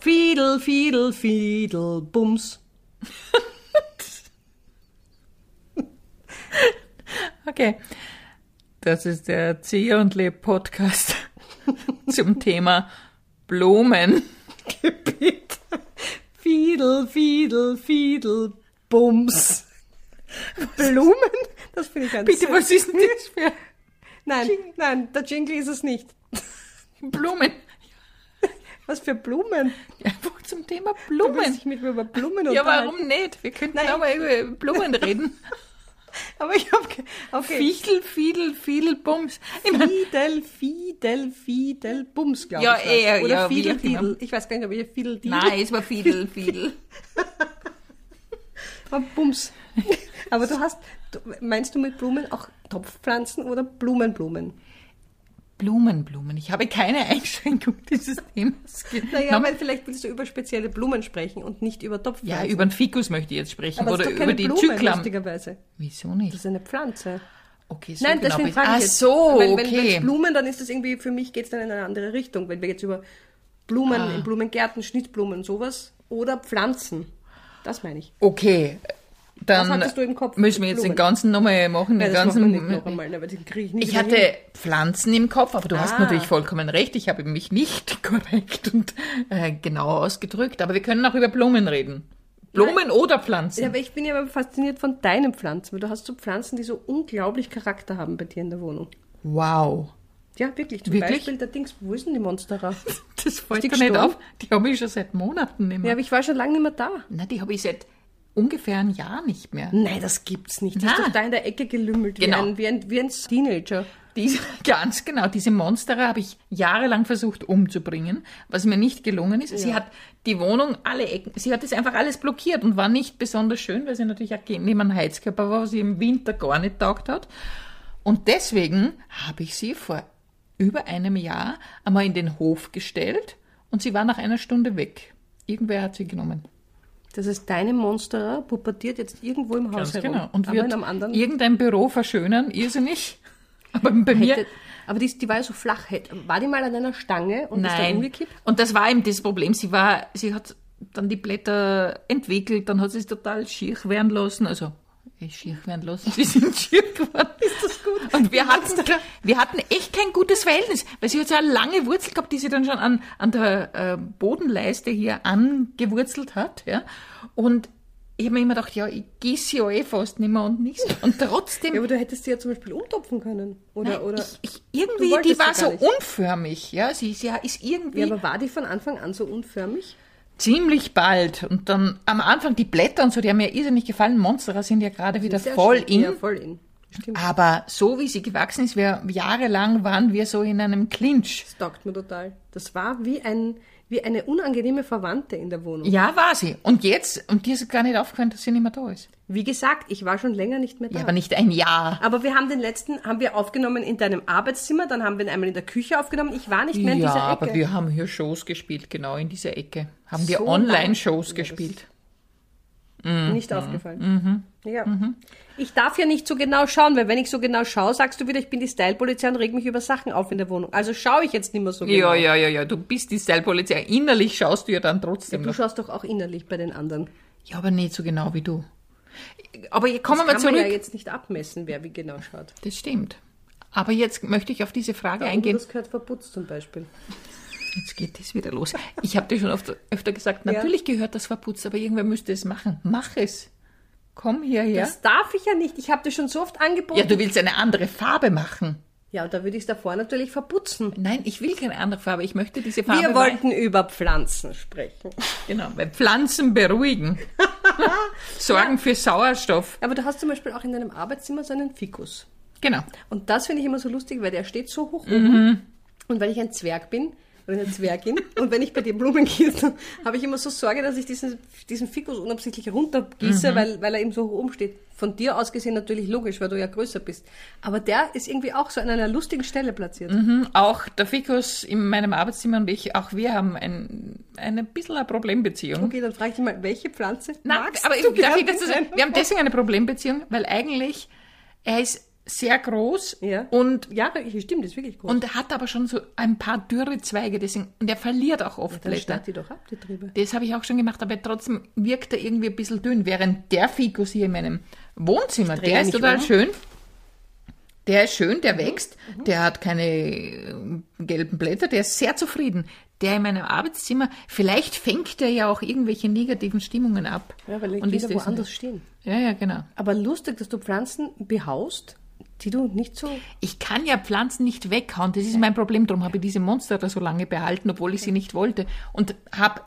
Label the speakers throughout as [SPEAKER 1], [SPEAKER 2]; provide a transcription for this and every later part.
[SPEAKER 1] Fiedel, Fiedel, Fiedel, Bums.
[SPEAKER 2] Okay. Das ist der Zieh und Leb Podcast zum Thema Blumen.
[SPEAKER 1] Gebiet. Fiedel, Fiedel, Fiedel, Bums. Blumen? Das finde ich ganz
[SPEAKER 2] Bitte,
[SPEAKER 1] süß.
[SPEAKER 2] was ist denn das für
[SPEAKER 1] Nein, nein, der Jingle ist es nicht.
[SPEAKER 2] Blumen?
[SPEAKER 1] Was für Blumen?
[SPEAKER 2] Einfach zum Thema
[SPEAKER 1] Du willst
[SPEAKER 2] Blumen.
[SPEAKER 1] dich mit mir über Blumen
[SPEAKER 2] Ja,
[SPEAKER 1] unterhalten.
[SPEAKER 2] warum nicht? Wir könnten
[SPEAKER 1] Nein.
[SPEAKER 2] aber über Blumen reden.
[SPEAKER 1] Aber ich habe... Okay.
[SPEAKER 2] Fichtel, Fiedel, Fiedel, Bums. Ich mein,
[SPEAKER 1] Fiedel, Fiedel, Fiedel, Bums, glaube
[SPEAKER 2] Ja,
[SPEAKER 1] ich.
[SPEAKER 2] eh,
[SPEAKER 1] war's. Oder
[SPEAKER 2] ja, wie
[SPEAKER 1] Fiedel,
[SPEAKER 2] auch immer.
[SPEAKER 1] Fiedel. Ich weiß gar nicht, ob ich Fiedel, Diedel...
[SPEAKER 2] nein, es war Fiedel, Fiedel.
[SPEAKER 1] Aber Bums. Aber du hast... Du, meinst du mit Blumen auch Topfpflanzen oder Blumenblumen?
[SPEAKER 2] Blumen, Blumen. Ich habe keine Einschränkung dieses Themas
[SPEAKER 1] Naja,
[SPEAKER 2] genommen.
[SPEAKER 1] weil vielleicht willst du über spezielle Blumen sprechen und nicht über
[SPEAKER 2] Ja,
[SPEAKER 1] Topfpflanzen.
[SPEAKER 2] über den Fikus möchte ich jetzt sprechen
[SPEAKER 1] aber das
[SPEAKER 2] oder
[SPEAKER 1] ist doch keine
[SPEAKER 2] über die
[SPEAKER 1] Blume,
[SPEAKER 2] Zyklam.
[SPEAKER 1] lustigerweise.
[SPEAKER 2] Wieso
[SPEAKER 1] Das
[SPEAKER 2] nicht?
[SPEAKER 1] ist eine Pflanze.
[SPEAKER 2] Okay, so
[SPEAKER 1] Nein,
[SPEAKER 2] genau
[SPEAKER 1] deswegen
[SPEAKER 2] bin-
[SPEAKER 1] frage ich
[SPEAKER 2] Ach
[SPEAKER 1] jetzt.
[SPEAKER 2] so,
[SPEAKER 1] wenn, wenn,
[SPEAKER 2] okay.
[SPEAKER 1] Wenn Blumen, dann ist das irgendwie, für mich geht es dann in eine andere Richtung. Wenn wir jetzt über Blumen,
[SPEAKER 2] Ah.
[SPEAKER 1] in Blumengärten, Schnittblumen, sowas oder Pflanzen. Das meine ich.
[SPEAKER 2] okay, dann
[SPEAKER 1] hattest du im Kopf?
[SPEAKER 2] müssen wir jetzt den
[SPEAKER 1] Blumen.
[SPEAKER 2] ganzen nochmal machen.
[SPEAKER 1] Nein,
[SPEAKER 2] den
[SPEAKER 1] das machen
[SPEAKER 2] ganzen,
[SPEAKER 1] wir nicht noch einmal, ne, weil den kriege ich nicht
[SPEAKER 2] ich
[SPEAKER 1] wieder hin.
[SPEAKER 2] hatte Pflanzen im Kopf, aber du hast
[SPEAKER 1] Ah.
[SPEAKER 2] natürlich vollkommen recht. Ich habe mich nicht korrekt und äh, genau ausgedrückt. Aber wir können auch über Blumen reden. Blumen oder Pflanzen.
[SPEAKER 1] Ja, aber ich bin ja immer fasziniert von deinen Pflanzen, weil du hast so Pflanzen, die so unglaublich Charakter haben bei dir in der Wohnung.
[SPEAKER 2] wow.
[SPEAKER 1] Ja, wirklich. Zum
[SPEAKER 2] Wirklich?
[SPEAKER 1] Beispiel der Dings, wo ist denn die Monstera?
[SPEAKER 2] Das fällt
[SPEAKER 1] die
[SPEAKER 2] mir nicht
[SPEAKER 1] gestorben?
[SPEAKER 2] auf. Die habe ich schon seit Monaten nicht
[SPEAKER 1] ja,
[SPEAKER 2] mehr.
[SPEAKER 1] aber ich war schon lange nicht mehr da.
[SPEAKER 2] Na, die habe ich seit ungefähr einem Jahr nicht mehr.
[SPEAKER 1] Nein, das gibt's nicht. Die ist
[SPEAKER 2] Na.
[SPEAKER 1] doch da in der Ecke gelümmelt,
[SPEAKER 2] Genau.
[SPEAKER 1] wie, ein, wie, ein, wie ein Teenager.
[SPEAKER 2] Diese, ganz genau, diese Monsterer habe ich jahrelang versucht umzubringen, was mir nicht gelungen ist. Sie hat die Wohnung alle Ecken, sie hat das einfach alles blockiert und war nicht besonders schön, weil sie natürlich auch neben einem Heizkörper war, was sie im Winter gar nicht taugt hat. Und deswegen habe ich sie vor über einem Jahr einmal in den Hof gestellt und sie war nach einer Stunde weg. Irgendwer hat sie genommen.
[SPEAKER 1] Das ist deine Monstera, pubertiert jetzt irgendwo im Haus herum.
[SPEAKER 2] genau. Und
[SPEAKER 1] aber
[SPEAKER 2] wird
[SPEAKER 1] in einem anderen.
[SPEAKER 2] irgendein Büro verschönern, irrsinnig. Aber bei mir
[SPEAKER 1] Hätte, aber die, ist- die war ja so flach. Hätte- War die mal an einer Stange und ist dann
[SPEAKER 2] Nein.
[SPEAKER 1] umgekippt?
[SPEAKER 2] Und das war eben das Problem. Sie war, sie hat dann die Blätter entwickelt, dann hat sie es total schier werden lassen. Also eh, schier werden lassen, sie sind schier geworden. Ist das gut? Und wir hatten, wir hatten echt kein gutes Verhältnis, weil sie hat so eine lange Wurzel gehabt, die sie dann schon an, an der äh, Bodenleiste hier angewurzelt hat. Ja? Und ich habe mir immer gedacht, ja, ich gieße sie ja eh fast nicht mehr und nichts. Und trotzdem
[SPEAKER 1] Ja, aber du hättest sie ja zum Beispiel umtopfen können. Oder,
[SPEAKER 2] Nein,
[SPEAKER 1] oder.
[SPEAKER 2] Ich, ich, irgendwie,
[SPEAKER 1] Du
[SPEAKER 2] die
[SPEAKER 1] wolltest
[SPEAKER 2] war
[SPEAKER 1] sie gar
[SPEAKER 2] so
[SPEAKER 1] nicht.
[SPEAKER 2] unförmig. Ja, sie, sie ist irgendwie
[SPEAKER 1] ja, aber war die von Anfang an so unförmig?
[SPEAKER 2] ziemlich bald. Und dann am Anfang die Blätter und so, die haben mir irrsinnig gefallen. Monsterer sind ja gerade wieder
[SPEAKER 1] Sehr
[SPEAKER 2] voll
[SPEAKER 1] schön.
[SPEAKER 2] in.
[SPEAKER 1] Ja, voll in. Stimmt.
[SPEAKER 2] Aber so wie sie gewachsen ist, wir jahrelang waren wir so in einem Clinch.
[SPEAKER 1] Das taugt mir total. Das war wie, ein, wie eine unangenehme Verwandte in der Wohnung.
[SPEAKER 2] Ja, war sie. Und jetzt, und dir ist gar nicht aufgefallen, dass sie nicht mehr da ist.
[SPEAKER 1] Wie gesagt, ich war schon länger nicht mehr da.
[SPEAKER 2] Ja, aber nicht ein Jahr.
[SPEAKER 1] Aber wir haben den letzten, haben wir aufgenommen in deinem Arbeitszimmer, dann haben wir ihn einmal in der Küche aufgenommen. Ich war nicht mehr in
[SPEAKER 2] ja,
[SPEAKER 1] dieser Ecke.
[SPEAKER 2] aber wir haben hier Shows gespielt, genau in dieser Ecke. Haben
[SPEAKER 1] So
[SPEAKER 2] wir Online-Shows gespielt. Mhm.
[SPEAKER 1] Nicht aufgefallen. Ja. Ich darf ja nicht so genau schauen, weil wenn ich so genau schaue, sagst du wieder, ich bin die Stylepolizei und reg mich über Sachen auf in der Wohnung. Also schaue ich jetzt nicht mehr so genau.
[SPEAKER 2] Ja, ja, ja, ja. Du bist die Style-Polizei. Innerlich schaust du ja dann trotzdem
[SPEAKER 1] Du
[SPEAKER 2] noch.
[SPEAKER 1] schaust doch auch innerlich bei den anderen.
[SPEAKER 2] Ja, aber nicht so genau wie du. Aber jetzt kommen wir
[SPEAKER 1] Kann man
[SPEAKER 2] zurück.
[SPEAKER 1] ja jetzt nicht abmessen, wer wie genau schaut.
[SPEAKER 2] Das stimmt. Aber jetzt möchte ich auf diese Frage
[SPEAKER 1] Da oben,
[SPEAKER 2] eingehen.
[SPEAKER 1] Das gehört verputzt zum Beispiel.
[SPEAKER 2] Jetzt geht das wieder los. Ich habe dir schon oft, öfter gesagt,
[SPEAKER 1] Ja.
[SPEAKER 2] natürlich gehört das verputzt, aber irgendwer müsste es machen. Mach es. Komm hierher.
[SPEAKER 1] Das darf ich ja nicht. Ich habe dir schon so oft angeboten.
[SPEAKER 2] ja, du willst eine andere Farbe machen.
[SPEAKER 1] ja und da würde ich es davor natürlich verputzen.
[SPEAKER 2] Nein, ich will keine andere Farbe. Ich möchte diese Farbe.
[SPEAKER 1] Wir wollten über Pflanzen sprechen.
[SPEAKER 2] Genau, weil Pflanzen beruhigen. Sorgen für Sauerstoff.
[SPEAKER 1] Aber du hast zum Beispiel auch in deinem Arbeitszimmer so einen Fikus.
[SPEAKER 2] Genau.
[SPEAKER 1] Und das finde ich immer so lustig, weil der steht so hoch oben.
[SPEAKER 2] Mhm.
[SPEAKER 1] Und weil ich ein Zwerg bin, oder eine Zwergin, und wenn ich bei dir Blumen gieße, habe ich immer so Sorge, dass ich diesen, diesen Fikus unabsichtlich
[SPEAKER 2] Mhm.
[SPEAKER 1] runtergieße, weil, weil er eben so hoch oben steht. Von dir aus gesehen natürlich logisch, weil du ja größer bist. Aber der ist irgendwie auch so an einer lustigen Stelle platziert.
[SPEAKER 2] Mhm, Auch der Fikus in meinem Arbeitszimmer und ich, auch wir haben ein, ein bisschen eine Problembeziehung.
[SPEAKER 1] Okay, dann frage ich dich mal, welche Pflanze
[SPEAKER 2] Nein,
[SPEAKER 1] magst
[SPEAKER 2] aber
[SPEAKER 1] du
[SPEAKER 2] ich, darf
[SPEAKER 1] gern
[SPEAKER 2] ich das,
[SPEAKER 1] in deinem-
[SPEAKER 2] wir haben deswegen eine Problembeziehung, weil eigentlich er ist sehr groß
[SPEAKER 1] Ja.
[SPEAKER 2] und,
[SPEAKER 1] Ja, hier stimmt, ist wirklich groß.
[SPEAKER 2] und hat aber schon so ein paar dürre Zweige. Deswegen, und er verliert auch oft
[SPEAKER 1] dann
[SPEAKER 2] Blätter.
[SPEAKER 1] schneid die doch ab, die Triebe.
[SPEAKER 2] Das habe ich auch schon gemacht, aber trotzdem wirkt er irgendwie ein bisschen dünn, während der Fikus hier in meinem Wohnzimmer,
[SPEAKER 1] drehe
[SPEAKER 2] der ist
[SPEAKER 1] mich
[SPEAKER 2] total
[SPEAKER 1] um. Mhm.
[SPEAKER 2] schön. Der ist schön, der wächst, der hat keine äh, gelben Blätter, der ist sehr zufrieden. Der in meinem Arbeitszimmer, vielleicht fängt er ja auch irgendwelche negativen Stimmungen ab.
[SPEAKER 1] Ja, weil die
[SPEAKER 2] Und ist
[SPEAKER 1] wieder
[SPEAKER 2] das
[SPEAKER 1] woanders stehen.
[SPEAKER 2] nicht. Ja, ja, genau.
[SPEAKER 1] Aber lustig, dass du Pflanzen behaust, die du nicht so.
[SPEAKER 2] Ich kann ja Pflanzen nicht weghauen, das ist mein Problem. Darum habe ich diese Monster da so lange behalten, obwohl ich sie nicht wollte. Und habe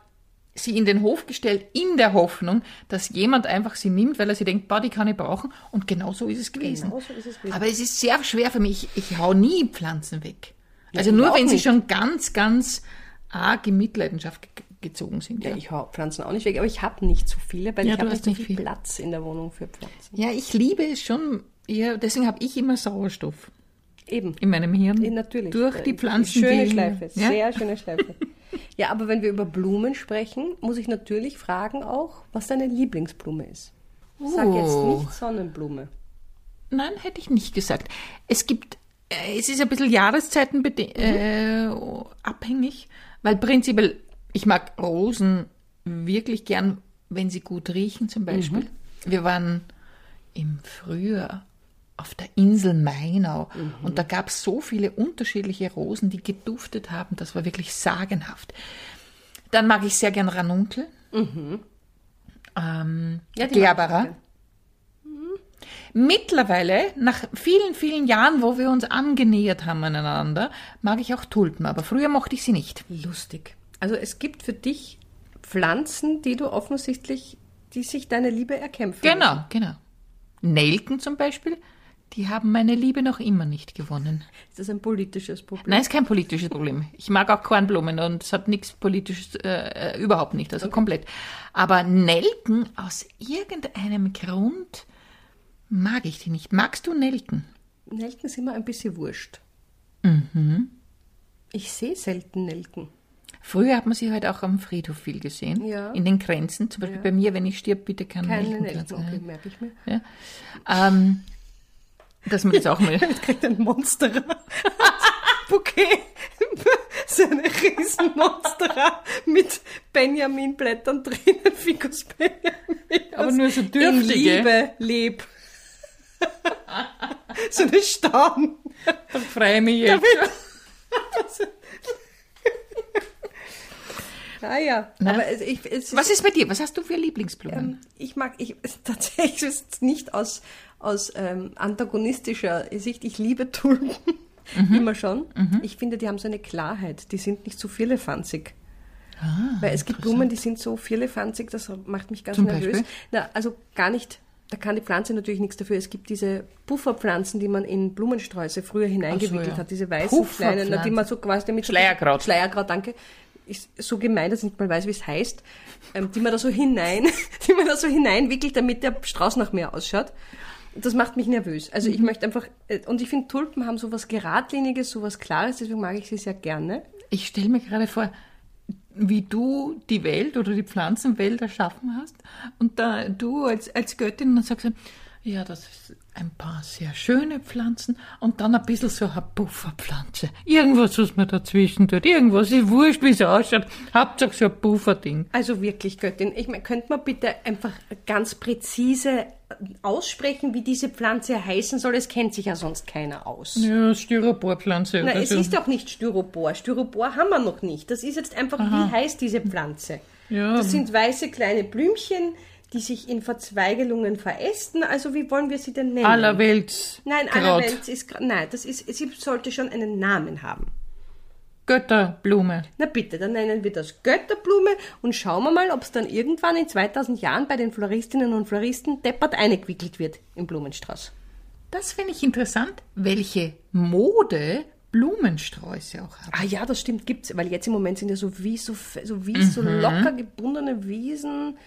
[SPEAKER 2] sie in den Hof gestellt, in der Hoffnung, dass jemand einfach sie nimmt, weil er sie denkt, boah, die kann ich brauchen. Und genau so ist es gewesen.
[SPEAKER 1] Genau so ist es gewesen.
[SPEAKER 2] Aber es ist sehr schwer für mich. Ich, ich hau nie Pflanzen weg. Also
[SPEAKER 1] ich
[SPEAKER 2] nur,
[SPEAKER 1] auch
[SPEAKER 2] wenn sie
[SPEAKER 1] nicht.
[SPEAKER 2] schon ganz, ganz arg in Mitleidenschaft ge gezogen sind.
[SPEAKER 1] Ja,
[SPEAKER 2] Ja.
[SPEAKER 1] ich hau Pflanzen auch nicht weg, aber ich habe nicht so viele, weil
[SPEAKER 2] Ja,
[SPEAKER 1] ich
[SPEAKER 2] du
[SPEAKER 1] habe nicht
[SPEAKER 2] hast
[SPEAKER 1] so
[SPEAKER 2] nicht
[SPEAKER 1] viel,
[SPEAKER 2] viel.
[SPEAKER 1] Platz in der Wohnung für Pflanzen.
[SPEAKER 2] ja, ich liebe es schon. Ja, deswegen habe ich immer Sauerstoff
[SPEAKER 1] Eben.
[SPEAKER 2] in meinem Hirn.
[SPEAKER 1] Ja, natürlich.
[SPEAKER 2] Durch die
[SPEAKER 1] Äh,
[SPEAKER 2] Pflanzen.
[SPEAKER 1] Schöne
[SPEAKER 2] die-
[SPEAKER 1] Schleife,
[SPEAKER 2] Ja?
[SPEAKER 1] sehr schöne Schleife. ja, aber wenn wir über Blumen sprechen, muss ich natürlich fragen auch, was deine Lieblingsblume ist. Sag jetzt
[SPEAKER 2] Oh.
[SPEAKER 1] nicht Sonnenblume.
[SPEAKER 2] Nein, hätte ich nicht gesagt. Es gibt, äh, es ist ein bisschen Jahreszeiten äh, abhängig, weil prinzipiell, ich mag Rosen wirklich gern, wenn sie gut riechen zum Beispiel. Wir waren im Frühjahr auf der Insel Mainau und da gab es so viele unterschiedliche Rosen, die geduftet haben. Das war wirklich sagenhaft. Dann mag ich sehr gern Ranunkel. Ähm,
[SPEAKER 1] Mhm. Ja, die mag ich auch
[SPEAKER 2] Gerbera. Mhm.
[SPEAKER 1] gern.
[SPEAKER 2] Mittlerweile, nach vielen, vielen Jahren, wo wir uns angenähert haben aneinander, mag ich auch Tulpen, aber früher mochte ich sie nicht.
[SPEAKER 1] Lustig. Also es gibt für dich Pflanzen, die du offensichtlich, die sich deine Liebe erkämpfen.
[SPEAKER 2] Genau, genau. Nelken zum Beispiel, die haben meine Liebe noch immer nicht gewonnen.
[SPEAKER 1] Ist das ein politisches Problem?
[SPEAKER 2] Nein, ist kein politisches Problem. Ich mag auch Kornblumen und es hat nichts politisches, äh, äh, überhaupt nicht, also komplett. Aber Nelken, aus irgendeinem Grund mag ich die nicht. Magst du Nelken?
[SPEAKER 1] Nelken sind immer ein bisschen wurscht.
[SPEAKER 2] Mhm.
[SPEAKER 1] Ich sehe selten Nelken.
[SPEAKER 2] Früher hat man sie halt auch am Friedhof viel gesehen.
[SPEAKER 1] Ja.
[SPEAKER 2] In den Grenzen. Zum Beispiel bei mir, wenn ich stirb, bitte keine,
[SPEAKER 1] Keine Nelken,
[SPEAKER 2] Nelkenpflanzen.
[SPEAKER 1] okay, merke ich mir.
[SPEAKER 2] Ja. Ähm, dass man das auch mal.
[SPEAKER 1] Jetzt kriegt ein Monster. Bouquet. Seine Riesenmonstera mit Benjamin-Blättern drinnen, Ficus Benjamin.
[SPEAKER 2] Aber nur so
[SPEAKER 1] In
[SPEAKER 2] dürftige.
[SPEAKER 1] Liebe, leb. so eine Staun.
[SPEAKER 2] Freue mich jetzt.
[SPEAKER 1] Naja,
[SPEAKER 2] Na?
[SPEAKER 1] Ah aber es- ich, es ist
[SPEAKER 2] Was ist bei dir? Was hast du für Lieblingsblumen?
[SPEAKER 1] Ähm, ich mag, ich tatsächlich ist nicht aus, aus ähm, antagonistischer Sicht, ich liebe Tulpen. Immer schon. Ich finde, die haben so eine Klarheit. Die sind nicht so firlefanzig.
[SPEAKER 2] Ah.
[SPEAKER 1] Weil es gibt Blumen, die sind so firlefanzig, das macht mich ganz
[SPEAKER 2] Zum
[SPEAKER 1] nervös.
[SPEAKER 2] Beispiel?
[SPEAKER 1] Na, also gar nicht, da kann die Pflanze natürlich nichts dafür. Es gibt diese Pufferpflanzen, die man in Blumensträuße früher hineingewickelt
[SPEAKER 2] ja.
[SPEAKER 1] hat, diese weißen kleinen, na, die man so quasi damit
[SPEAKER 2] Schleierkraut.
[SPEAKER 1] Schleierkraut, danke. Ist so gemein, dass ich nicht mal weiß, wie es heißt. Ähm, die man da so hinein, die man da so hineinwickelt, damit der Strauß nach mehr ausschaut. Das macht mich nervös. Also
[SPEAKER 2] Mhm.
[SPEAKER 1] ich möchte einfach, äh, und ich finde Tulpen haben sowas geradliniges, sowas klares, deswegen mag ich sie sehr gerne.
[SPEAKER 2] Ich stelle mir gerade vor, wie du die Welt oder die Pflanzenwelt erschaffen hast und da du als, als Göttin dann sagst, ja, das ist ein paar sehr schöne Pflanzen und dann ein bisschen so eine Pufferpflanze. Irgendwas, was man dazwischen tut. Irgendwas ist wurscht, wie es ausschaut. Hauptsache so ein Pufferding.
[SPEAKER 1] Also wirklich, Göttin, ich meine, könnte man bitte einfach ganz präzise aussprechen, wie diese Pflanze heißen soll? Es kennt sich ja sonst keiner aus.
[SPEAKER 2] Ja, Styroporpflanze
[SPEAKER 1] Na,
[SPEAKER 2] oder
[SPEAKER 1] es
[SPEAKER 2] so.
[SPEAKER 1] ist auch nicht Styropor. Styropor haben wir noch nicht. Das ist jetzt einfach, wie heißt diese Pflanze?
[SPEAKER 2] Ja.
[SPEAKER 1] Das sind weiße kleine Blümchen, die sich in Verzweigelungen verästen. Also wie wollen wir sie denn nennen?
[SPEAKER 2] Allerwelts.
[SPEAKER 1] Nein,
[SPEAKER 2] Kraut.
[SPEAKER 1] allerwelts ist Gra- nein, das ist sie sollte schon einen Namen haben.
[SPEAKER 2] Götterblume.
[SPEAKER 1] Na bitte, dann nennen wir das Götterblume und schauen wir mal, ob es dann irgendwann in 2000 Jahren bei den Floristinnen und Floristen deppert eingewickelt wird im Blumenstrauß.
[SPEAKER 2] Das finde ich interessant, welche Mode Blumensträuße auch haben.
[SPEAKER 1] Ah ja, das stimmt, gibt's, weil jetzt im Moment sind ja so wie so, fe- so, wie so locker gebundene Wiesen,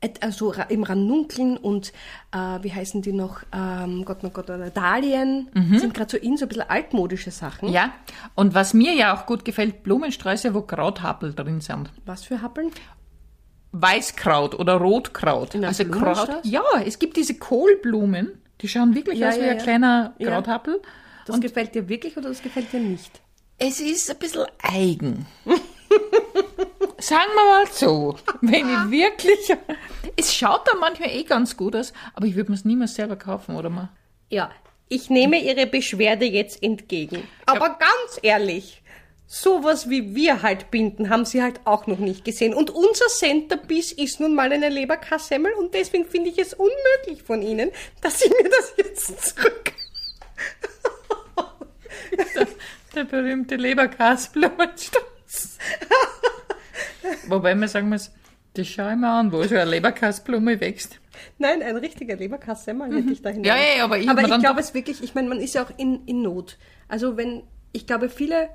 [SPEAKER 1] et- also ra- im Ranunkeln und äh, wie heißen die noch, ähm, Gott, mein Gott, äh, Dahlien, sind gerade so in so ein bisschen altmodische Sachen.
[SPEAKER 2] Ja, und was mir ja auch gut gefällt, Blumensträuße, wo Krauthappel drin sind.
[SPEAKER 1] Was für Happeln?
[SPEAKER 2] Weißkraut oder Rotkraut.
[SPEAKER 1] In einem
[SPEAKER 2] also Kraut.
[SPEAKER 1] Blumenstrauß?
[SPEAKER 2] Ja, es gibt diese Kohlblumen, Die schauen wirklich
[SPEAKER 1] Ja,
[SPEAKER 2] aus wie
[SPEAKER 1] ja,
[SPEAKER 2] ein
[SPEAKER 1] ja.
[SPEAKER 2] kleiner
[SPEAKER 1] Ja.
[SPEAKER 2] Krauthappel.
[SPEAKER 1] Das gefällt dir wirklich oder das gefällt dir nicht?
[SPEAKER 2] Es ist ein bisschen eigen. Sagen wir mal so, wenn ich wirklich. Es schaut dann manchmal eh ganz gut aus, aber ich würde mir es niemals selber kaufen, oder mal?
[SPEAKER 1] Ja, ich nehme Ihre Beschwerde jetzt entgegen. Aber ganz ehrlich, sowas wie wir halt binden, haben Sie halt auch noch nicht gesehen. Und unser Centerpiece ist nun mal eine Leberkassemmel und deswegen finde ich es unmöglich von Ihnen, dass Sie mir das jetzt zurück...
[SPEAKER 2] Der berühmte Leberkastblumenstrauß. Wobei man sagen muss, das schaue ich mir an, wo so eine Leberkastblume wächst.
[SPEAKER 1] Nein, ein richtiger Leberkassemmel hätte ich da hinein.
[SPEAKER 2] Mhm. Ja, ja, ja, aber ich hab
[SPEAKER 1] aber
[SPEAKER 2] mir
[SPEAKER 1] ich
[SPEAKER 2] dann
[SPEAKER 1] glaube es wirklich, ich meine, man ist ja auch in, in Not. Also wenn, ich glaube viele,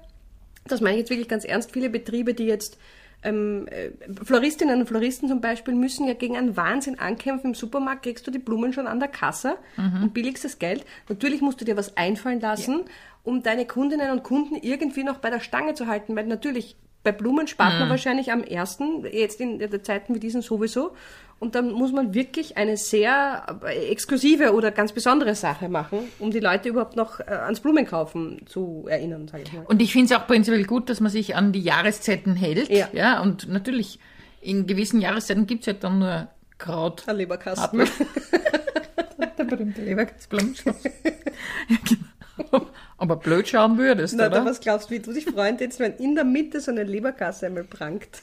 [SPEAKER 1] das meine ich jetzt wirklich ganz ernst, viele Betriebe, die jetzt ähm, äh, Floristinnen und Floristen zum Beispiel müssen ja gegen einen Wahnsinn ankämpfen. Im Supermarkt kriegst du die Blumen schon an der Kasse und billigstes Geld. Natürlich musst du dir was einfallen lassen, um deine Kundinnen und Kunden irgendwie noch bei der Stange zu halten, weil natürlich bei Blumen spart man wahrscheinlich am ersten, jetzt in der Zeiten wie diesen sowieso. Und dann muss man wirklich eine sehr äh, exklusive oder ganz besondere Sache machen, um die Leute überhaupt noch äh, ans Blumenkaufen zu erinnern, sage ich mal.
[SPEAKER 2] Und ich finde es auch prinzipiell gut, dass man sich an die Jahreszeiten hält.
[SPEAKER 1] Ja.
[SPEAKER 2] ja und natürlich, in gewissen Jahreszeiten gibt es halt dann nur Kraut.
[SPEAKER 1] Ein Leberkasten.
[SPEAKER 2] Der berühmte Leberkastblumenstrauß. ja, genau. Aber blöd schauen würdest,
[SPEAKER 1] Na, da
[SPEAKER 2] oder?
[SPEAKER 1] was glaubst du, wie du dich freuen würdest, wenn in der Mitte so eine Leberkasse einmal prangt?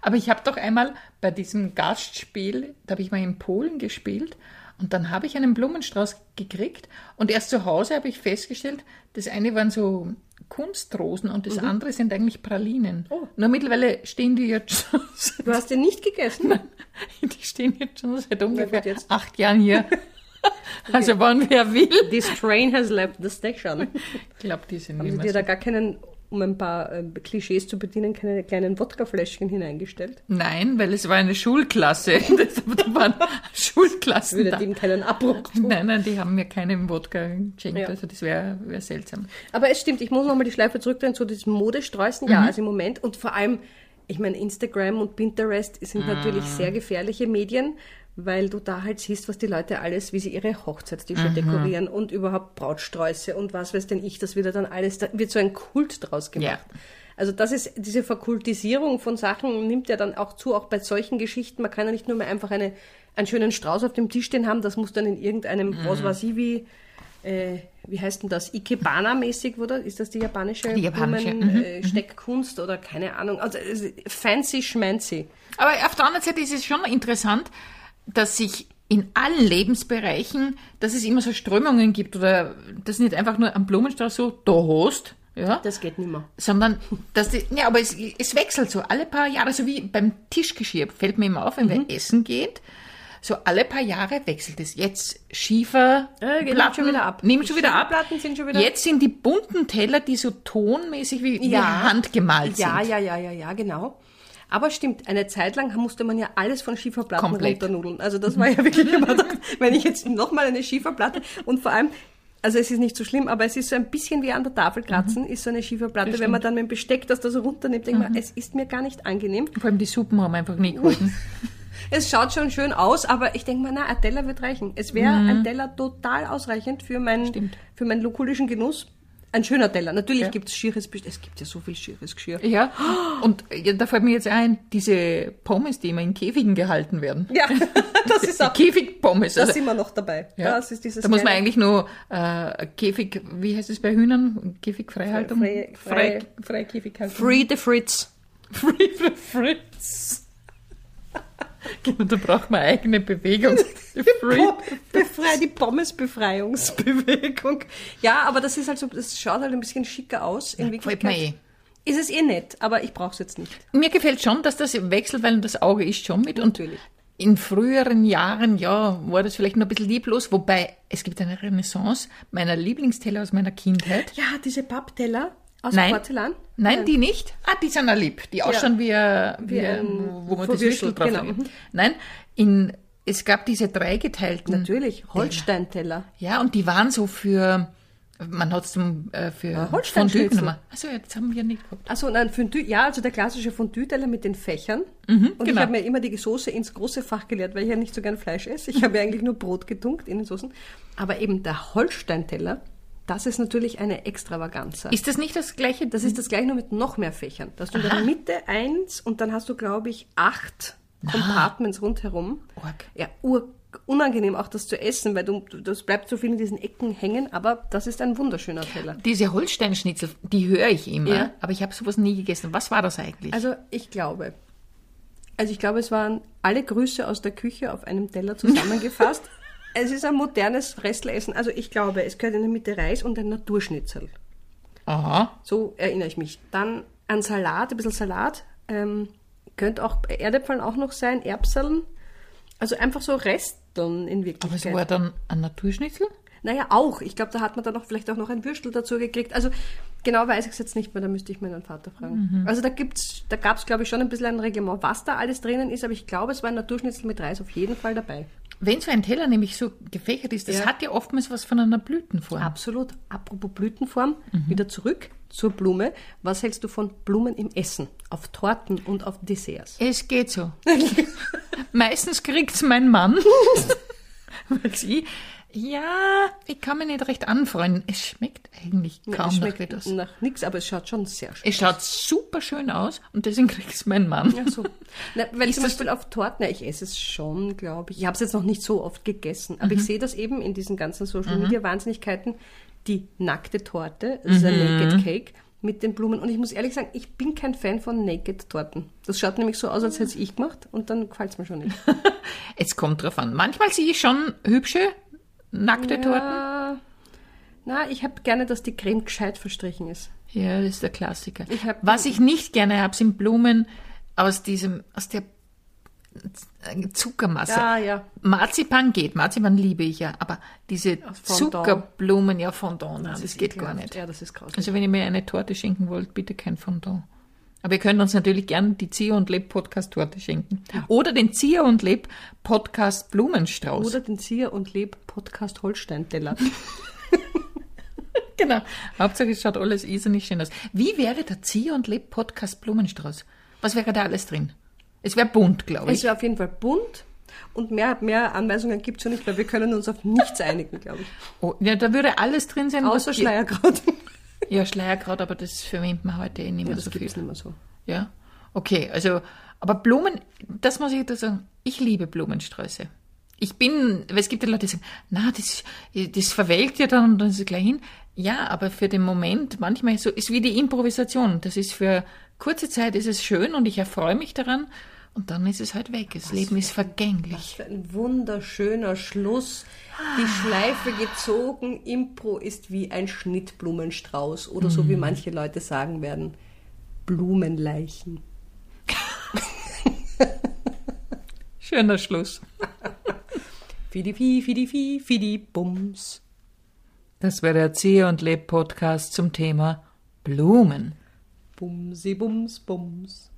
[SPEAKER 2] Aber ich habe doch einmal bei diesem Gastspiel, da habe ich mal in Polen gespielt und dann habe ich einen Blumenstrauß gekriegt und erst zu Hause habe ich festgestellt, das eine waren so Kunstrosen und das andere sind eigentlich Pralinen.
[SPEAKER 1] Mhm. Oh.
[SPEAKER 2] Nur mittlerweile stehen die jetzt schon seit,
[SPEAKER 1] Du hast den nicht gegessen?
[SPEAKER 2] die stehen jetzt schon seit ungefähr
[SPEAKER 1] gut, jetzt-
[SPEAKER 2] acht Jahren hier. Also wann wer will.
[SPEAKER 1] This train has left the station.
[SPEAKER 2] Ich glaube, die sind
[SPEAKER 1] Haben
[SPEAKER 2] nicht
[SPEAKER 1] sie
[SPEAKER 2] mehr
[SPEAKER 1] dir
[SPEAKER 2] so.
[SPEAKER 1] da gar keinen, um ein paar äh, Klischees zu bedienen, keine kleinen Wodkafläschchen hineingestellt?
[SPEAKER 2] Nein, weil es war eine Schulklasse. Das, da waren Schulklassen
[SPEAKER 1] Würde
[SPEAKER 2] da.
[SPEAKER 1] dem keinen Abbruch tun.
[SPEAKER 2] Nein, nein, die haben mir keinen Wodka geschenkt.
[SPEAKER 1] Ja.
[SPEAKER 2] Also das wäre wär seltsam.
[SPEAKER 1] Aber es stimmt, ich muss nochmal die Schleife zurückdrehen zu diesem Modestreußen, ja, also im Moment. Und vor allem, ich meine, Instagram und Pinterest sind natürlich sehr gefährliche Medien, weil du da halt siehst, was die Leute alles, wie sie ihre Hochzeitstische dekorieren und überhaupt Brautsträuße und was weiß denn ich, das wird ja dann alles, da wird so ein Kult draus gemacht.
[SPEAKER 2] Ja.
[SPEAKER 1] Also das ist, diese Verkultisierung von Sachen nimmt ja dann auch zu, auch bei solchen Geschichten. Man kann ja nicht nur mehr einfach eine, einen schönen Strauß auf dem Tisch stehen haben, das muss dann in irgendeinem, was weiß ich, wie, äh, wie heißt denn das, Ikebana-mäßig, oder? Ist das die japanische,
[SPEAKER 2] Die japanische, mhm.
[SPEAKER 1] Blumen, äh, Steckkunst oder keine Ahnung. Also äh, fancy schmancy.
[SPEAKER 2] Aber auf der anderen Seite ist es schon interessant, dass sich in allen Lebensbereichen, dass es immer so Strömungen gibt oder das nicht einfach nur am Blumenstrauß so, da hast, ja,
[SPEAKER 1] Das geht nicht mehr.
[SPEAKER 2] sondern dass die, ja, aber es, es wechselt so alle paar Jahre, so wie beim Tischgeschirr, fällt mir immer auf, wenn
[SPEAKER 1] Mhm.
[SPEAKER 2] wir essen geht, so alle paar Jahre wechselt es. Jetzt Schiefer,
[SPEAKER 1] Ja, geht- nimmt Äh,
[SPEAKER 2] Platten,
[SPEAKER 1] genau, schon wieder ab.
[SPEAKER 2] Nimmt
[SPEAKER 1] Die
[SPEAKER 2] schon wieder ab.
[SPEAKER 1] Schieferplatten sind schon wieder-
[SPEAKER 2] Jetzt sind die bunten Teller, die so tonmäßig wie, wie
[SPEAKER 1] Ja.
[SPEAKER 2] handgemalt
[SPEAKER 1] Ja,
[SPEAKER 2] sind.
[SPEAKER 1] ja, ja, ja, ja, genau. Aber stimmt, eine Zeit lang musste man ja alles von Schieferplatten
[SPEAKER 2] Komplett.
[SPEAKER 1] runternudeln. Also das war ja wirklich immer, wenn ich jetzt nochmal eine Schieferplatte und vor allem, also es ist nicht so schlimm, aber es ist so ein bisschen wie an der Tafel
[SPEAKER 2] Mhm.
[SPEAKER 1] kratzen, ist so eine Schieferplatte, wenn man dann mit dem Besteck das da so runternimmt, denkt man, es ist mir gar nicht angenehm.
[SPEAKER 2] Vor allem die Suppen haben einfach nie geholfen.
[SPEAKER 1] Es schaut schon schön aus, aber ich denke mal, na, ein Teller wird reichen. Es wäre ein Teller total ausreichend für meinen,
[SPEAKER 2] Mhm. Stimmt.
[SPEAKER 1] für meinen lokulischen Genuss. Ein schöner Teller. Natürlich
[SPEAKER 2] Ja.
[SPEAKER 1] gibt's schieres Besteck. Es gibt ja so viel schieres Geschirr.
[SPEAKER 2] ja. Und ja, da fällt mir jetzt ein, diese Pommes, die immer in Käfigen gehalten werden.
[SPEAKER 1] Ja, das ist auch.
[SPEAKER 2] Käfigpommes.
[SPEAKER 1] Da
[SPEAKER 2] Also,
[SPEAKER 1] sind wir noch dabei.
[SPEAKER 2] ja.
[SPEAKER 1] Das ist dieses
[SPEAKER 2] da muss man
[SPEAKER 1] kleine-
[SPEAKER 2] eigentlich nur äh, Käfig, wie heißt es bei Hühnern? Käfigfreihaltung?
[SPEAKER 1] Frei- frei-
[SPEAKER 2] frei, frei Käfighaltung.
[SPEAKER 1] Free the Fritz.
[SPEAKER 2] Free the Fritz. Genau, da braucht man eigene Bewegung. Free.
[SPEAKER 1] Bom- Befrei, die Pommesbefreiungsbewegung. Ja, aber das ist halt so, das schaut halt ein bisschen schicker aus. In
[SPEAKER 2] gefällt mir
[SPEAKER 1] Wirklichkeit ist es eh nett, aber ich brauche es jetzt nicht.
[SPEAKER 2] Mir gefällt schon, dass das wechselt, weil das Auge ist schon mit. Und
[SPEAKER 1] Natürlich.
[SPEAKER 2] in früheren Jahren, ja, war das vielleicht noch ein bisschen lieblos. Wobei, es gibt eine Renaissance meiner Lieblingsteller aus meiner Kindheit.
[SPEAKER 1] Ja, diese Pappteller aus
[SPEAKER 2] Nein.
[SPEAKER 1] Porzellan.
[SPEAKER 2] Nein, die nicht. Ah, die sind auch lieb. Die ausschauen wie, ein- wie,
[SPEAKER 1] Wie ein-
[SPEAKER 2] ein- wo man das
[SPEAKER 1] verwürstel,
[SPEAKER 2] Würstel drauf
[SPEAKER 1] genau.
[SPEAKER 2] legt. Nein, in, es gab diese dreigeteilten.
[SPEAKER 1] Natürlich, Holsteinteller.
[SPEAKER 2] Ja, und die waren so für Man hat es zum äh, für Fondue
[SPEAKER 1] Ah, Holsteinschnitzel.
[SPEAKER 2] genommen. Also jetzt haben wir nicht gehabt.
[SPEAKER 1] Also nein, Fondue, ja, also der klassische Fondue-Teller mit den Fächern. und ich
[SPEAKER 2] genau.
[SPEAKER 1] habe mir immer die Soße ins große Fach geleert, weil ich ja nicht so gern Fleisch esse.
[SPEAKER 2] Mhm.
[SPEAKER 1] Ich habe ja eigentlich nur Brot getunkt in den Soßen. Aber eben der Holstein-Teller, das ist natürlich eine Extravaganza.
[SPEAKER 2] Ist das nicht das gleiche?
[SPEAKER 1] das ist das gleich nur mit noch mehr Fächern. Da hast du in der Mitte eins und dann hast du, glaube ich, acht Compartments rundherum.
[SPEAKER 2] Ah. Org.
[SPEAKER 1] Ja, ur unangenehm auch das zu essen, weil du, das bleibt so viel in diesen Ecken hängen, aber das ist ein wunderschöner Teller.
[SPEAKER 2] Diese Holsteinschnitzel, die höre ich immer,
[SPEAKER 1] Ja.
[SPEAKER 2] aber ich habe sowas nie gegessen. Was war das eigentlich?
[SPEAKER 1] Also ich glaube. Also ich glaube, es waren alle Grüße aus der Küche auf einem Teller zusammengefasst. es ist ein modernes Restlessen. Also ich glaube, es gehört in der Mitte Reis und ein Naturschnitzel.
[SPEAKER 2] Aha.
[SPEAKER 1] So erinnere ich mich. Dann an Salat, ein bisschen Salat. Ähm, könnte auch Erdäpfeln auch noch sein, Erbseln. Also einfach so Resteln in
[SPEAKER 2] Aber es
[SPEAKER 1] Wirklichkeit.
[SPEAKER 2] war dann ein Naturschnitzel?
[SPEAKER 1] Naja, auch. Ich glaube, da hat man dann auch vielleicht auch noch ein Würstel dazu gekriegt. Also genau weiß ich es jetzt nicht mehr, da müsste ich meinen Vater fragen.
[SPEAKER 2] Mhm.
[SPEAKER 1] Also da gibt's, da gab es, glaube ich, schon ein bisschen ein Reglement, was da alles drinnen ist, aber ich glaube, es war ein Naturschnitzel mit Reis auf jeden Fall dabei.
[SPEAKER 2] Wenn so ein Teller nämlich so gefächert ist, das
[SPEAKER 1] Ja.
[SPEAKER 2] hat ja oftmals was von einer Blütenform.
[SPEAKER 1] Absolut. Apropos Blütenform,
[SPEAKER 2] Mhm.
[SPEAKER 1] wieder zurück zur Blume. Was hältst du von Blumen im Essen? Auf Torten und auf Desserts?
[SPEAKER 2] Es geht so. Meistens kriegt's mein Mann. Weil's ich, ja, ich kann mich nicht recht anfreunden. Es schmeckt eigentlich kaum
[SPEAKER 1] es
[SPEAKER 2] nach
[SPEAKER 1] schmeckt
[SPEAKER 2] etwas.
[SPEAKER 1] nach nichts, aber es schaut schon sehr schön.
[SPEAKER 2] Es schaut super schön aus und deswegen kriegt's mein Mann.
[SPEAKER 1] Ja, so. Na, weil
[SPEAKER 2] Ist
[SPEAKER 1] zum
[SPEAKER 2] das-
[SPEAKER 1] Beispiel auf Torten, na, ich esse es schon, glaube ich. Ich habe es jetzt noch nicht so oft gegessen, aber ich sehe das eben in diesen ganzen Social Media Wahnsinnigkeiten, die nackte Torte, the Naked Cake mit den Blumen. Und ich muss ehrlich sagen, ich bin kein Fan von Naked Torten. Das schaut nämlich so aus, als hätte es ich gemacht und dann gefällt es mir schon nicht.
[SPEAKER 2] Es kommt drauf an. Manchmal sehe ich schon hübsche, nackte Torten.
[SPEAKER 1] Äh, na, ich habe gerne, dass die Creme gescheit verstrichen ist.
[SPEAKER 2] Ja, das ist der Klassiker.
[SPEAKER 1] Ich hab-
[SPEAKER 2] Was ich nicht gerne habe, sind Blumen aus diesem, aus der Zuckermasse.
[SPEAKER 1] Ja, ja.
[SPEAKER 2] Marzipan geht, Marzipan liebe ich ja, aber diese
[SPEAKER 1] Fondant.
[SPEAKER 2] Zuckerblumen, ja Fondant, nein, das,
[SPEAKER 1] ist eh
[SPEAKER 2] geht
[SPEAKER 1] ekelhaft.
[SPEAKER 2] gar nicht.
[SPEAKER 1] Ja, das ist grausig.
[SPEAKER 2] Also wenn ihr mir eine Torte schenken wollt, bitte kein Fondant. Aber ihr könnt uns natürlich gern die Zieher und Leb Podcast Torte schenken. Oder den Zieher und Leb Podcast Blumenstrauß.
[SPEAKER 1] Oder den Zieher und Leb Podcast Holstein Teller.
[SPEAKER 2] genau. Hauptsache es schaut alles irrsinnig schön aus. Wie wäre der Zieher und Leb Podcast Blumenstrauß? Was wäre da alles drin? Es wäre bunt, glaube
[SPEAKER 1] Es
[SPEAKER 2] ich.
[SPEAKER 1] wäre auf jeden Fall bunt und mehr, mehr Anweisungen gibt es schon nicht, weil wir können uns auf nichts einigen, glaube ich.
[SPEAKER 2] Oh, ja, da würde alles drin sein. was
[SPEAKER 1] Außer
[SPEAKER 2] ihr-
[SPEAKER 1] Schleierkraut.
[SPEAKER 2] Ja, Schleierkraut, aber das verwendet man heute eh nicht mehr
[SPEAKER 1] Das
[SPEAKER 2] so
[SPEAKER 1] gibt
[SPEAKER 2] viel.
[SPEAKER 1] es nicht mehr so.
[SPEAKER 2] Ja, okay, also, aber Blumen, das muss ich dazu sagen, ich liebe Blumensträuße. Ich bin, weil es gibt ja Leute, die sagen, na, das, das verwelkt ja dann und dann ist es gleich hin. Ja, aber für den Moment manchmal so, ist wie die Improvisation. Das ist für kurze Zeit ist es schön und ich erfreue mich daran und dann ist es halt weg. Das Leben ist vergänglich.
[SPEAKER 1] Für ein wunderschöner Schluss. Die Schleife gezogen. Impro ist wie ein Schnittblumenstrauß oder so wie manche Leute sagen werden, Blumenleichen.
[SPEAKER 2] Schöner Schluss.
[SPEAKER 1] Fidi fi, fidi fi, fidi bums.
[SPEAKER 2] Das war der Zieh und Leb Podcast zum Thema Blumen.
[SPEAKER 1] Bumsi bums bums.